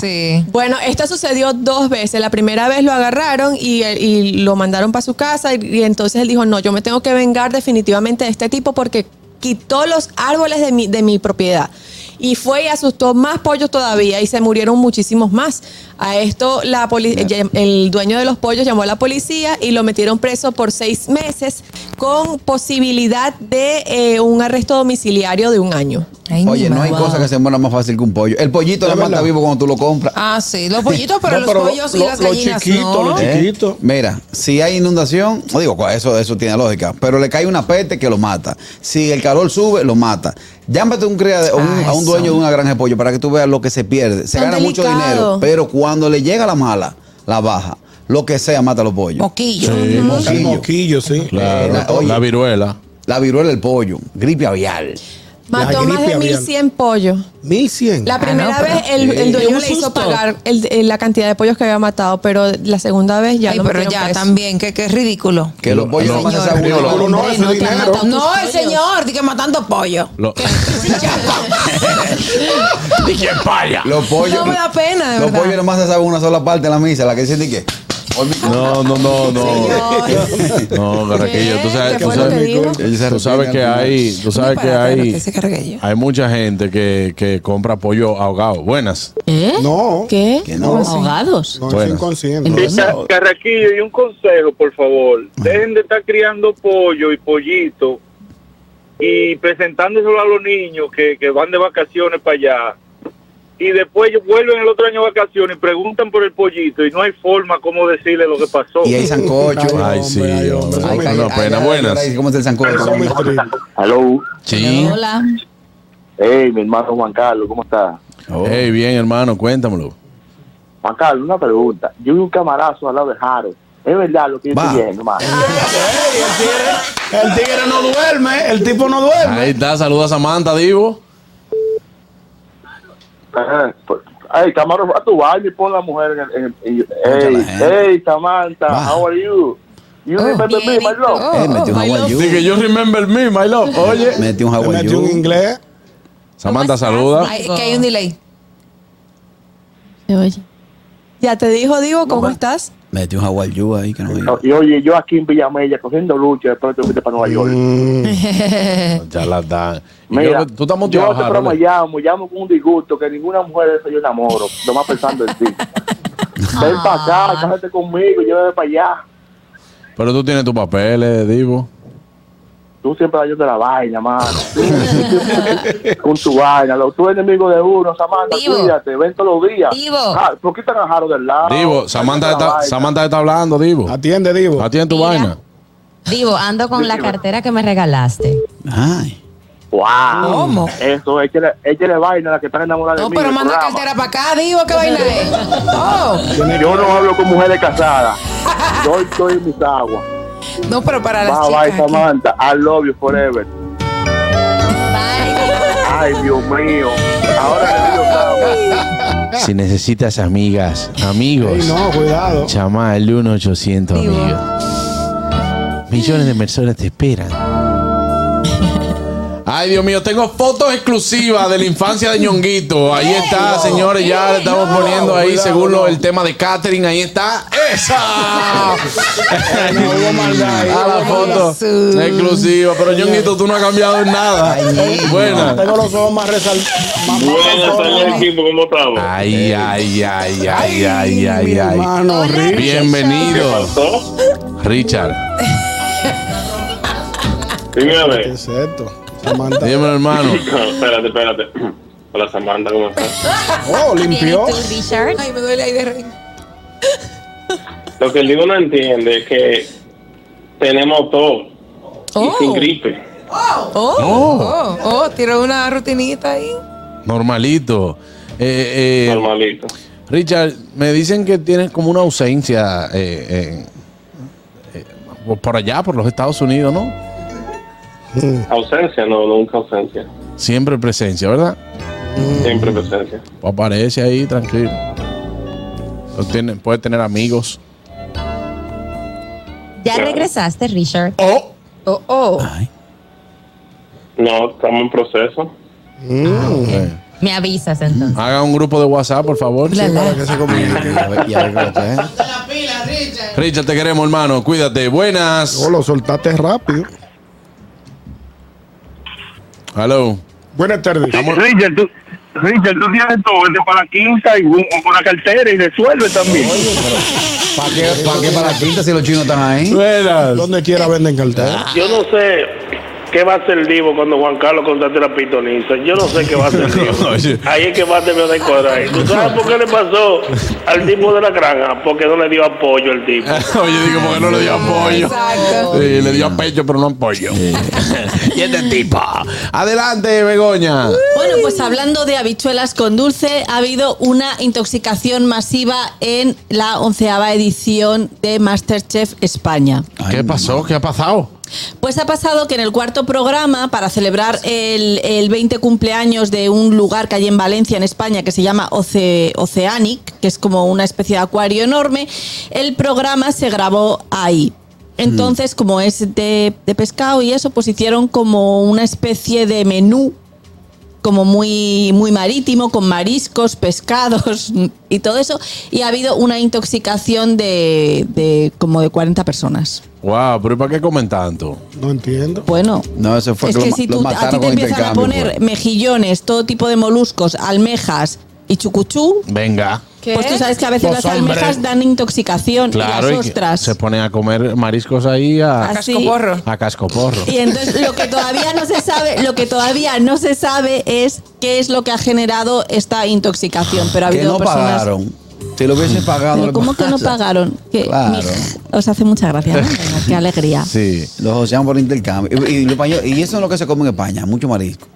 Speaker 11: Sí.
Speaker 5: Bueno, esto sucedió dos veces. La primera vez lo agarraron y, y lo mandaron para su casa y, y entonces él dijo, no, yo me tengo que vengar definitivamente de este tipo porque quitó los árboles de mi, de mi propiedad. Y fue y asustó más pollos todavía y se murieron muchísimos más. A esto la poli- el dueño de los pollos llamó a la policía y lo metieron preso por seis meses con posibilidad de eh, un arresto domiciliario de un año.
Speaker 4: Oye, no hay
Speaker 5: Wow.
Speaker 4: cosa que se muera más fácil que un pollo. El pollito
Speaker 5: Es
Speaker 4: la mata
Speaker 5: verdad.
Speaker 4: vivo cuando tú lo compras.
Speaker 11: Ah, sí, los pollitos, pero
Speaker 4: No,
Speaker 11: los
Speaker 4: pero lo-
Speaker 11: pollos y
Speaker 4: lo-
Speaker 11: las
Speaker 4: lo
Speaker 11: gallinas
Speaker 4: chiquito,
Speaker 11: no.
Speaker 4: lo chiquito. ¿Eh? Mira, si hay inundación, no digo, "Cuá, eso, eso tiene lógica, pero le cae una peste que lo mata. Si el calor sube, lo mata. Llámate un criade- un- a un dueño de una granja de pollo para que tú veas lo que se pierde. Se
Speaker 11: Son
Speaker 4: gana mucho
Speaker 11: delicados.
Speaker 4: dinero, pero cuando le llega la mala, la baja. Lo que sea, mata los pollos.
Speaker 11: Moquillo.
Speaker 4: Sí,
Speaker 7: El
Speaker 4: moquillo.
Speaker 7: moquillo, sí.
Speaker 4: Eh, la- oye,
Speaker 3: La viruela.
Speaker 4: la viruela del pollo, gripe avial.
Speaker 5: Mató más de 1.100 pollos.
Speaker 7: 1100.
Speaker 4: Ah,
Speaker 5: La primera vez el,
Speaker 4: eh,
Speaker 5: el dueño le hizo pagar el- el- la cantidad de pollos que había matado, pero la segunda vez ya
Speaker 11: Ay,
Speaker 5: lo
Speaker 11: pero
Speaker 5: metieron
Speaker 11: ya
Speaker 5: preso.
Speaker 4: Eh,
Speaker 11: también, que, que es ridículo.
Speaker 4: Que los pollos no pasan esa
Speaker 11: Señor.
Speaker 4: burla.
Speaker 7: No, ese
Speaker 11: te han
Speaker 7: dinero.
Speaker 11: matado No, el señor, di que matando pollo.
Speaker 3: Lo-
Speaker 4: Dije, paya. Los pollos.
Speaker 11: No me da pena, de
Speaker 4: Los
Speaker 11: verdad.
Speaker 4: pollos nomás se saben una sola parte de la misa, la que dicen de que.
Speaker 3: No, no, no, no. No, Carraquillo, tú sabes,
Speaker 11: ¿Qué
Speaker 3: tú
Speaker 11: fue lo que
Speaker 3: sabes,
Speaker 11: dijo?
Speaker 3: tú sabes que hay, tú sabes que hay,
Speaker 11: Ese carguello.
Speaker 3: hay mucha gente que, que compra pollo ahogado. Buenas.
Speaker 7: No.
Speaker 6: ¿Qué?
Speaker 3: no.
Speaker 6: ¿Eh? ¿Ahogados?
Speaker 7: No, es
Speaker 3: Bueno.
Speaker 7: inconsciente.
Speaker 8: Sí, Ca- Carraquillo, y un consejo, por favor. Dejen de estar criando pollo y pollito y presentándoselo a los niños que, que van de vacaciones para allá. Y después ellos vuelven el otro año de vacaciones y preguntan por el pollito y no hay forma como decirle lo que pasó.
Speaker 4: Y hay sancocho.
Speaker 3: Ay, sí. hombre,
Speaker 4: Ay,
Speaker 3: Pues hombre,
Speaker 4: ay,
Speaker 3: no,
Speaker 4: ay,
Speaker 3: pena,
Speaker 4: ay,
Speaker 3: buenas.
Speaker 4: ay, ¿Cómo es el sancocho?
Speaker 8: Aló.
Speaker 3: Sí.
Speaker 6: Hola.
Speaker 8: Hey, mi hermano Juan Carlos, ¿cómo está?
Speaker 3: Hey, bien, hermano, cuéntamelo.
Speaker 8: Juan Carlos, una pregunta. Yo vi un camarazo al lado de Jaro. Es verdad lo que yo
Speaker 3: Va.
Speaker 8: estoy viendo, hermano.
Speaker 7: El tigre no duerme, el tipo no duerme.
Speaker 3: Ahí está, saluda a Samantha, Divo.
Speaker 8: Ajá. Pues, Ay, Tamara, a tu baño y pon la mujer en el. en el- y-
Speaker 4: Óyala,
Speaker 8: hey,
Speaker 4: eh.
Speaker 8: hey, Samantha, how are you? You remember me, my love?
Speaker 3: Oh.
Speaker 5: Oh,
Speaker 4: Eh, metió un hawaiyu.
Speaker 3: Dije, yo remember me, my love. Oye.
Speaker 4: Metió un
Speaker 7: Le metió un
Speaker 4: hawaiyu.
Speaker 7: inglés.
Speaker 3: Samantha, saluda.
Speaker 11: Ay, que hay un delay.
Speaker 5: Ya te dijo, digo, ¿cómo estás?
Speaker 4: Metió un hawaiyu ahí que no digo.
Speaker 8: Y oye, yo aquí en Villamella cogiendo lucha, después te fuiste para Nueva York.
Speaker 3: Ya la dan. Y
Speaker 8: Mira,
Speaker 3: yo- Mm, tú estás
Speaker 8: yo
Speaker 3: motivado,
Speaker 8: a este programa
Speaker 3: Harold.
Speaker 8: llamo, llamo con un disgusto que ninguna mujer de eso yo enamoro, nomás pensando en ti. Ven para acá, cásate conmigo, llévame para allá.
Speaker 3: Pero tú tienes tus papeles, Divo.
Speaker 8: Tú siempre ayudas la vaina, mano. con tu vaina. Lo, tú eres enemigo de uno, Samantha,
Speaker 11: Divo.
Speaker 8: cuídate, ven todos los días.
Speaker 11: Divo.
Speaker 8: Ah, ¿Por qué te agarraron del lado?
Speaker 3: Divo, Samantha
Speaker 8: Ayuda Ah, la
Speaker 3: está,
Speaker 8: vaina.
Speaker 3: Samantha está hablando, Divo.
Speaker 7: Atiende, Divo.
Speaker 3: Atiende tu
Speaker 10: Mira.
Speaker 3: vaina.
Speaker 10: Divo, ando con la cartera que me regalaste.
Speaker 4: Ay.
Speaker 8: ¡Wow!
Speaker 11: ¿Cómo?
Speaker 8: Eso, échale, échale vaina a la que están enamoradas
Speaker 11: No,
Speaker 8: de mí.
Speaker 11: pero
Speaker 8: del
Speaker 11: manda
Speaker 8: programa.
Speaker 11: cartera para acá, digo, ¿qué vaina es? Oh,
Speaker 8: Yo no hablo con mujeres casadas. Yo estoy en mis aguas.
Speaker 11: no, pero para las
Speaker 8: Bye bye,
Speaker 11: chicas. aquí.
Speaker 8: Samantha. I love you forever.
Speaker 10: Bye.
Speaker 8: Ay, Dios mío. Ahora que digo claro.
Speaker 3: Si necesitas amigas, amigos,
Speaker 7: Ey, no, cuidado.
Speaker 3: llama al 1-800
Speaker 11: Divo.
Speaker 3: Millones de personas te esperan. Ay, Dios mío, tengo fotos exclusivas de la infancia de Ñonguito. Ahí está, señores, ya le estamos poniendo ahí,
Speaker 7: Cuidado,
Speaker 3: según lo-
Speaker 7: no.
Speaker 3: el tema de Catherine, ahí está. ¡Esa!
Speaker 7: No hubo maldad ahí.
Speaker 3: A la foto
Speaker 11: Jesús.
Speaker 3: exclusiva. Pero Ñonguito, tú no has cambiado en nada. Buena.
Speaker 7: Tengo los ojos más resaltados.
Speaker 8: ¿cómo estamos?
Speaker 3: Ay, ay, ay, ay, ay, ay, ay.
Speaker 7: Hermano, horrible.
Speaker 3: Bienvenido,
Speaker 8: ¿Eh?
Speaker 3: Richard.
Speaker 8: Dígame.
Speaker 7: ¿Qué es esto? Samantha.
Speaker 3: Dímelo, hermano.
Speaker 8: espérate, espérate.
Speaker 12: Hola Samantha, ¿cómo estás?
Speaker 7: Oh, limpió.
Speaker 11: Ay, me duele ahí de reír.
Speaker 12: Lo que el digo no entiende es que tenemos todo
Speaker 11: Oh.
Speaker 12: y sin gripe.
Speaker 11: Oh, oh, oh, tiró una rutinita ahí.
Speaker 3: Normalito. Normalito. Richard, me dicen que tienes como una ausencia eh, en- eh, por- por allá, por los Estados Unidos, ¿no?
Speaker 12: Ausencia, no, nunca ausencia.
Speaker 3: Siempre presencia, ¿verdad?
Speaker 12: Siempre presencia.
Speaker 3: Pues Aparece ahí, tranquilo. Lo tiene- puede tener amigos.
Speaker 10: Ya regresaste, Richard.
Speaker 7: Oh.
Speaker 10: Oh, oh.
Speaker 12: No, estamos en proceso.
Speaker 3: Ok.
Speaker 10: Me avisas entonces.
Speaker 3: Eh, Haga un grupo de WhatsApp, por favor.
Speaker 10: La, la.
Speaker 3: que se comuniquen.
Speaker 4: ¿eh?
Speaker 3: Richard, te queremos, hermano. Cuídate. Buenas.
Speaker 7: Oh, lo soltaste rápido.
Speaker 3: Hello.
Speaker 7: Buenas tardes.
Speaker 8: Richard, tú, Richard, tú tienes todo, vete para la quinta y un- con la cartera y resuelve también.
Speaker 4: ¿Para qué, pa' qué para la quinta si los chinos están ahí?
Speaker 7: Donde quiera venden cartera.
Speaker 8: Yo no sé qué va a hacer Divo cuando Juan Carlos contrate la pitoniza. Yo no sé qué va a hacer Divo. Ahí es que va a tener de cuadrar. ¿Tú sabes por qué le pasó al tipo de la granja? Porque no le dio apoyo el tipo.
Speaker 3: Oye, digo, porque no le dio apoyo. Sí, le dio a pecho, pero no apoyo. y este tipo. Adelante, Begoña.
Speaker 6: Bueno, pues hablando de habichuelas con dulce, ha habido una intoxicación masiva en la onceava edición de Masterchef España.
Speaker 3: ¿Qué pasó? ¿Qué ha pasado?
Speaker 6: Pues ha pasado que en el cuarto programa, para celebrar el, el 20 cumpleaños de un lugar que hay en Valencia, en España, que se llama Oce- Oceanic, que es como una especie de acuario enorme, el programa se grabó ahí. Entonces, como es de, de pescado y eso, pues hicieron como una especie de menú como muy, muy marítimo, con mariscos, pescados y todo eso, y ha habido una intoxicación de, de como de 40 personas.
Speaker 3: Wow, pero ¿y para qué comen tanto?
Speaker 7: No entiendo.
Speaker 6: Bueno,
Speaker 4: No, eso fue
Speaker 6: es
Speaker 4: que,
Speaker 6: que
Speaker 4: lo,
Speaker 6: si
Speaker 4: ma- lo
Speaker 6: tú, a ti
Speaker 4: mataron
Speaker 6: te
Speaker 4: con
Speaker 6: empiezan a
Speaker 4: intercambio. pues.
Speaker 6: poner
Speaker 4: fue.
Speaker 6: mejillones, todo tipo de moluscos, almejas y chucuchú,
Speaker 3: Venga.
Speaker 6: pues tú sabes que a veces
Speaker 3: Pues,
Speaker 6: las
Speaker 3: hombre.
Speaker 6: almejas dan intoxicación
Speaker 3: Claro,
Speaker 6: y
Speaker 3: y
Speaker 6: las
Speaker 3: que
Speaker 6: ostras.
Speaker 3: se ponen a comer mariscos ahí a,
Speaker 6: A cascoporro.
Speaker 3: A cascoporro.
Speaker 6: Y entonces lo que todavía no se sabe, lo que todavía no se sabe es qué es lo que ha generado esta intoxicación, pero ha
Speaker 4: Que
Speaker 6: habido
Speaker 4: no
Speaker 6: personas
Speaker 4: pagaron. Si lo hubiese pagado.
Speaker 6: Pero
Speaker 4: le
Speaker 6: ¿Cómo que no
Speaker 4: pasa.
Speaker 6: pagaron? Que,
Speaker 4: Claro.
Speaker 6: mij, Os hace mucha gracia, ¿no? Venga, Qué alegría.
Speaker 4: Sí. Los oceanos por intercambio. Y, y los españoles- y eso es lo que se come en España, mucho marisco.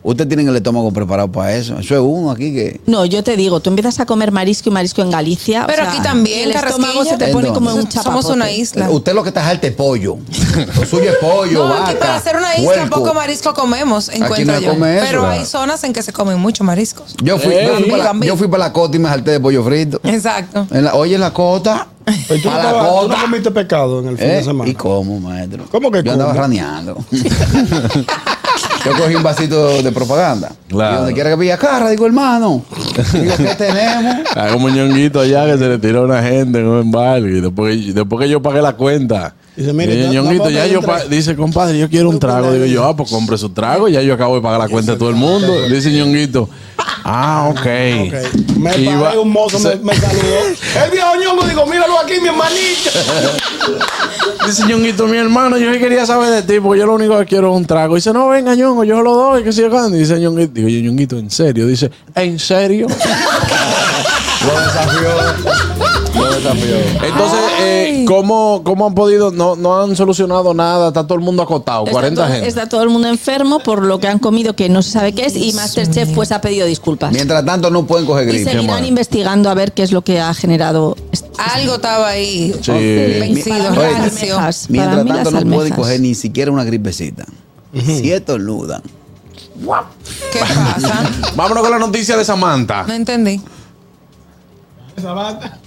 Speaker 4: Ustedes tienen el estómago preparado para eso. Eso es uno aquí que.
Speaker 6: No, yo te digo, tú empiezas a comer marisco y marisco en Galicia.
Speaker 11: Pero
Speaker 6: o sea,
Speaker 11: aquí también,
Speaker 6: Ah. El estómago
Speaker 11: Carrasquilla.
Speaker 6: se te pone
Speaker 4: ¿En Eh,
Speaker 6: como
Speaker 4: dónde?
Speaker 6: un chapapote.
Speaker 11: Somos una isla.
Speaker 4: Usted lo que está es arte pollo. Lo suyo es pollo,
Speaker 11: No,
Speaker 4: vaca.
Speaker 11: aquí para hacer una isla
Speaker 4: puerco.
Speaker 11: poco marisco comemos,
Speaker 4: Aquí
Speaker 11: encuentro
Speaker 4: no
Speaker 11: yo.
Speaker 4: come eso,
Speaker 11: Pero hay
Speaker 4: claro.
Speaker 11: zonas en que se comen mucho mariscos.
Speaker 4: Yo fui,
Speaker 7: Eh,
Speaker 4: yo,
Speaker 11: Ey.
Speaker 4: fui para la, yo fui para la cota y me salté de pollo frito.
Speaker 11: Exacto.
Speaker 4: En la, oye, en la cota.
Speaker 7: Pues tú, no,
Speaker 4: Para la
Speaker 7: estabas- tú no
Speaker 4: cota.
Speaker 7: comiste pescado en el fin
Speaker 4: ¿Eh?
Speaker 7: de semana.
Speaker 4: ¿Y cómo, maestro?
Speaker 7: ¿Cómo que
Speaker 4: Yo andaba
Speaker 7: cómo?
Speaker 4: raneando. yo cogí un vasito de propaganda.
Speaker 3: Claro.
Speaker 4: Y donde quiera que pilla carra, digo, hermano. Digo, ¿qué tenemos?
Speaker 3: Hay un muñonguito allá que se le tiró a una gente en un embarque. Y después, que- después que yo pagué la cuenta.
Speaker 7: Dice, mire,
Speaker 3: y el
Speaker 7: no- no
Speaker 3: ñonguito,
Speaker 7: vamos a
Speaker 3: ya
Speaker 7: pedir
Speaker 3: yo
Speaker 7: un
Speaker 3: pa-
Speaker 7: trago.
Speaker 3: dice, compadre, yo quiero un trago. Digo yo, ah, pues compre su trago. Ya yo acabo de pagar la cuenta de todo el
Speaker 7: "Ah,
Speaker 3: mundo. Le dice ñonguito, ah, ok.
Speaker 7: Ok. Me
Speaker 3: Y
Speaker 7: paré
Speaker 3: va-
Speaker 7: un mozo, me,
Speaker 3: se-
Speaker 7: me saludó. El viejo ñongo, digo, míralo aquí, mi hermanito.
Speaker 3: Dice ñonguito, mi hermano, yo sí quería saber de ti, porque yo lo único que quiero es un trago. Dice, no, venga, ñongo, yo lo doy, que sigo cuando. Dice ñonguito, digo, yo, ñonguito, ¿en serio? Dice, ¿en serio?
Speaker 4: Lo desafió. Lo desafió.
Speaker 3: Entonces, eh, ¿cómo, ¿cómo han podido? No, no han solucionado nada, está todo el mundo acotado,
Speaker 6: Está
Speaker 3: 40
Speaker 6: todo-
Speaker 3: gente.
Speaker 6: Está todo el mundo enfermo por lo que han comido que no se sabe qué es y Masterchef pues ha pedido disculpas.
Speaker 4: Mientras tanto, no pueden coger
Speaker 6: Y
Speaker 4: gripe.
Speaker 6: seguirán investigando a ver qué es lo que ha generado este esto.
Speaker 11: Algo estaba ahí.
Speaker 3: Sí.
Speaker 4: Oh,
Speaker 11: Vencido,
Speaker 4: Oye,
Speaker 11: rancio.
Speaker 6: Almejas. Para
Speaker 4: Mientras
Speaker 6: mí
Speaker 4: tanto,
Speaker 6: las
Speaker 4: no pueden
Speaker 6: almejas.
Speaker 4: coger ni siquiera una gripecita. Si estornudan.
Speaker 11: ¿Qué pasa?
Speaker 3: Vámonos con la noticia de Samantha.
Speaker 11: No entendí.
Speaker 9: Esa banda.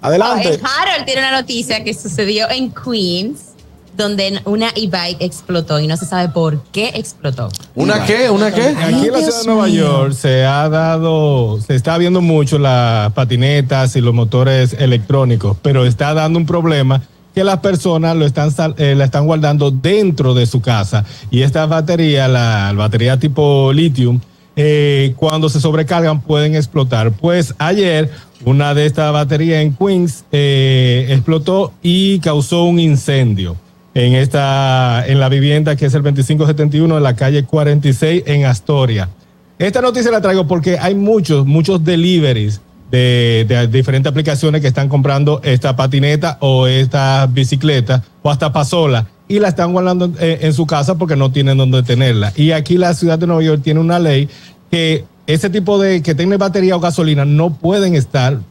Speaker 7: Adelante.
Speaker 10: El Harold tiene una noticia que sucedió en Queens, donde una e-bike explotó y no se sabe por qué explotó.
Speaker 3: ¿Una qué? ¿Una qué?
Speaker 9: Aquí en la ciudad de Nueva
Speaker 6: mío.
Speaker 9: York se ha dado, se está viendo mucho las patinetas y los motores electrónicos, pero está dando un problema que las personas lo están sal- eh, la están guardando dentro de su casa y estas baterías, la batería tipo litio, eh, cuando se sobrecargan pueden explotar. Pues ayer una de estas baterías en Queens eh, explotó y causó un incendio en esta en la vivienda que es el 2571 en la calle 46 en Astoria. Esta noticia la traigo porque hay muchos, muchos deliveries de, de diferentes aplicaciones que están comprando esta patineta o esta bicicleta o hasta pasola y la están guardando eh, en su casa porque no tienen dónde tenerla. Y aquí la ciudad de Nueva York tiene una ley que ese tipo de que tiene batería o gasolina no pueden estar en,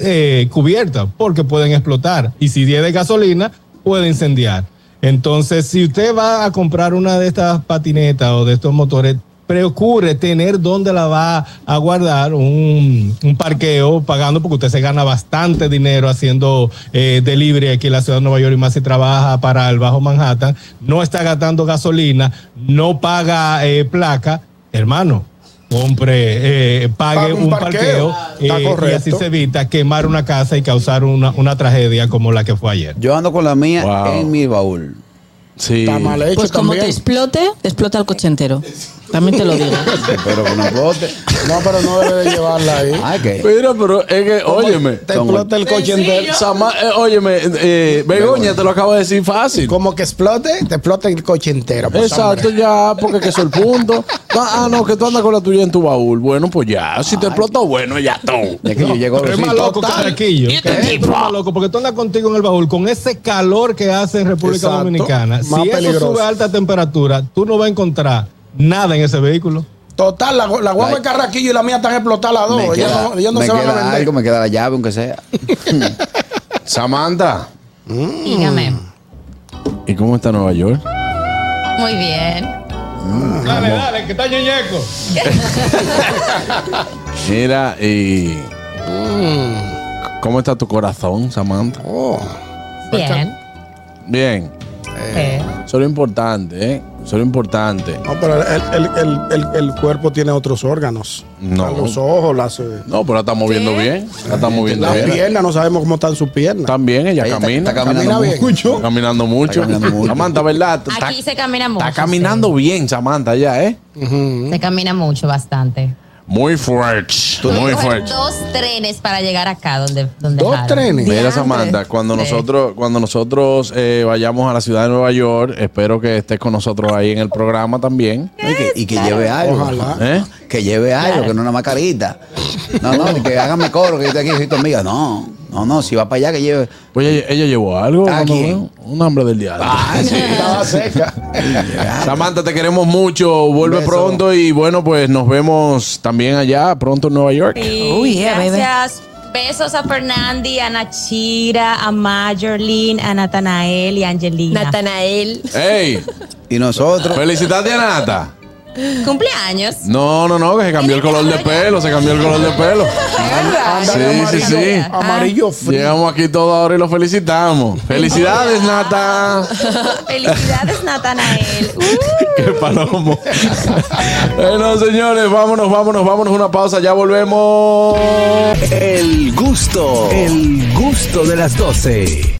Speaker 9: eh, cubiertas porque pueden explotar. Y si es de gasolina, puede incendiar. Entonces, si usted va a comprar una de estas patinetas o de estos motores, procure tener dónde la va a guardar un, un parqueo pagando, porque usted se gana bastante dinero haciendo eh, delivery aquí en la ciudad de Nueva York y más si trabaja para el Bajo Manhattan. No está gastando gasolina, no paga eh, placa. Hermano, compre, eh, pague
Speaker 7: Paga un
Speaker 9: un, parqueo,
Speaker 7: Está
Speaker 9: eh, y
Speaker 7: correcto.
Speaker 9: así se evita quemar una casa y causar una, una tragedia como la que fue ayer.
Speaker 4: Yo ando con la mía
Speaker 3: Wow.
Speaker 4: en mi baúl.
Speaker 3: Sí.
Speaker 6: Pues como te explote, te explota el coche entero. También te lo digo.
Speaker 4: Pero con el bote.
Speaker 7: No, pero no debe de llevarla ahí.
Speaker 4: Ay, que
Speaker 3: Mira, pero es que, óyeme.
Speaker 7: Te explota el coche entero.
Speaker 3: Sama- eh, óyeme, eh, eh, Begoña, te lo acabo de decir fácil.
Speaker 7: Como que explote, te explota el coche entero. pues,
Speaker 3: Exacto,
Speaker 7: hombre.
Speaker 3: ya, porque que es el punto. No, ah, no, que tú andas con la tuya en tu baúl. Bueno, pues ya, si te explotó, bueno, ya tú.
Speaker 4: Ya que yo llego a
Speaker 9: Pero es
Speaker 4: decir,
Speaker 9: más loco,
Speaker 4: total.
Speaker 9: Caraquillo.
Speaker 3: ¿Y este
Speaker 9: Caraquillo,
Speaker 3: tipo?
Speaker 9: pero es más loco, porque tú andas contigo en el baúl con ese calor que hace en República
Speaker 7: Exacto.
Speaker 9: Dominicana. Si
Speaker 7: Más
Speaker 9: eso
Speaker 7: peligroso.
Speaker 9: sube a alta temperatura, tú no vas a encontrar nada en ese vehículo.
Speaker 7: Total, la, la guagua de Carraquillo y la mía están explotadas las dos.
Speaker 4: Me
Speaker 7: Ellos
Speaker 4: queda,
Speaker 7: no, ellas no
Speaker 4: me
Speaker 7: se van a
Speaker 4: queda
Speaker 7: vender.
Speaker 4: algo, me queda la llave, aunque sea.
Speaker 3: Samantha,
Speaker 10: Dígame.
Speaker 3: ¿y cómo está Nueva York?
Speaker 10: Muy bien.
Speaker 9: Dale, dale, que está ñeñeco.
Speaker 3: Mira, y.
Speaker 4: Mm.
Speaker 3: ¿Cómo está tu corazón, Samantha?
Speaker 10: Bien. Eh,
Speaker 3: Bien,
Speaker 10: Sí.
Speaker 3: eso es lo importante, ¿eh? Eso es lo importante.
Speaker 7: No, pero el, el- el- el- el cuerpo tiene otros órganos.
Speaker 3: No.
Speaker 7: Los ojos, las, eh,
Speaker 3: No, pero la estamos viendo bien. La estamos viendo
Speaker 7: las
Speaker 3: bien.
Speaker 7: piernas, no sabemos cómo están sus piernas.
Speaker 3: También ella
Speaker 4: Ella está-
Speaker 3: camina.
Speaker 4: está caminando
Speaker 7: bien.
Speaker 3: mucho. Caminando mucho.
Speaker 4: Está caminando mucho.
Speaker 3: Samantha, ¿verdad? Está,
Speaker 10: Aquí se camina mucho.
Speaker 3: está caminando bien, Samantha, ya, ¿eh?
Speaker 10: sí. Se camina mucho, bastante.
Speaker 3: Muy fuerte. Muy
Speaker 10: Coger
Speaker 3: fuerte.
Speaker 10: Dos trenes para llegar acá donde, donde
Speaker 7: Dos
Speaker 10: jalo.
Speaker 7: trenes.
Speaker 3: Mira,
Speaker 10: Diantre.
Speaker 3: Samantha, cuando
Speaker 10: Sí.
Speaker 3: nosotros, cuando nosotros eh, vayamos a la ciudad de Nueva York, espero que estés con nosotros ahí en el programa también.
Speaker 4: Y que, y que lleve algo.
Speaker 7: Ojalá.
Speaker 3: ¿Eh?
Speaker 4: Que lleve algo, que no una mascarita. No, no, que hágame coro, que yo estoy aquí, soy tu amiga. No, no, no, si va para allá, que lleve.
Speaker 3: Pues ella, ella llevó algo.
Speaker 4: ¿A
Speaker 3: cuando
Speaker 4: quién? Ah,
Speaker 3: fue? Un hambre del diablo.
Speaker 7: Estaba seca.
Speaker 3: Samantha, te queremos mucho. Vuelve
Speaker 4: beso.
Speaker 3: pronto y bueno, pues nos vemos también allá pronto en Nueva York.
Speaker 10: Sí,
Speaker 11: Oh, yeah, baby.
Speaker 10: gracias. Besos a Fernandi, a Nachira, a Majorlin, a Natanael y a Angelina.
Speaker 5: Natanael.
Speaker 3: ¡Ey!
Speaker 4: Y nosotros.
Speaker 3: ¡Felicidades a Nata!
Speaker 10: Cumpleaños.
Speaker 3: No, no, no, que se cambió el color de pelo, se cambió el color de pelo. Sí, sí, sí.
Speaker 7: Amarillo frío.
Speaker 3: Llegamos aquí todos ahora y lo felicitamos. ¡Felicidades, Nata!
Speaker 10: Felicidades, Natanael. Uh.
Speaker 3: ¡Qué palomo! bueno, señores, vámonos, vámonos, vámonos. Una pausa, ya volvemos.
Speaker 1: El gusto, el gusto de las 12.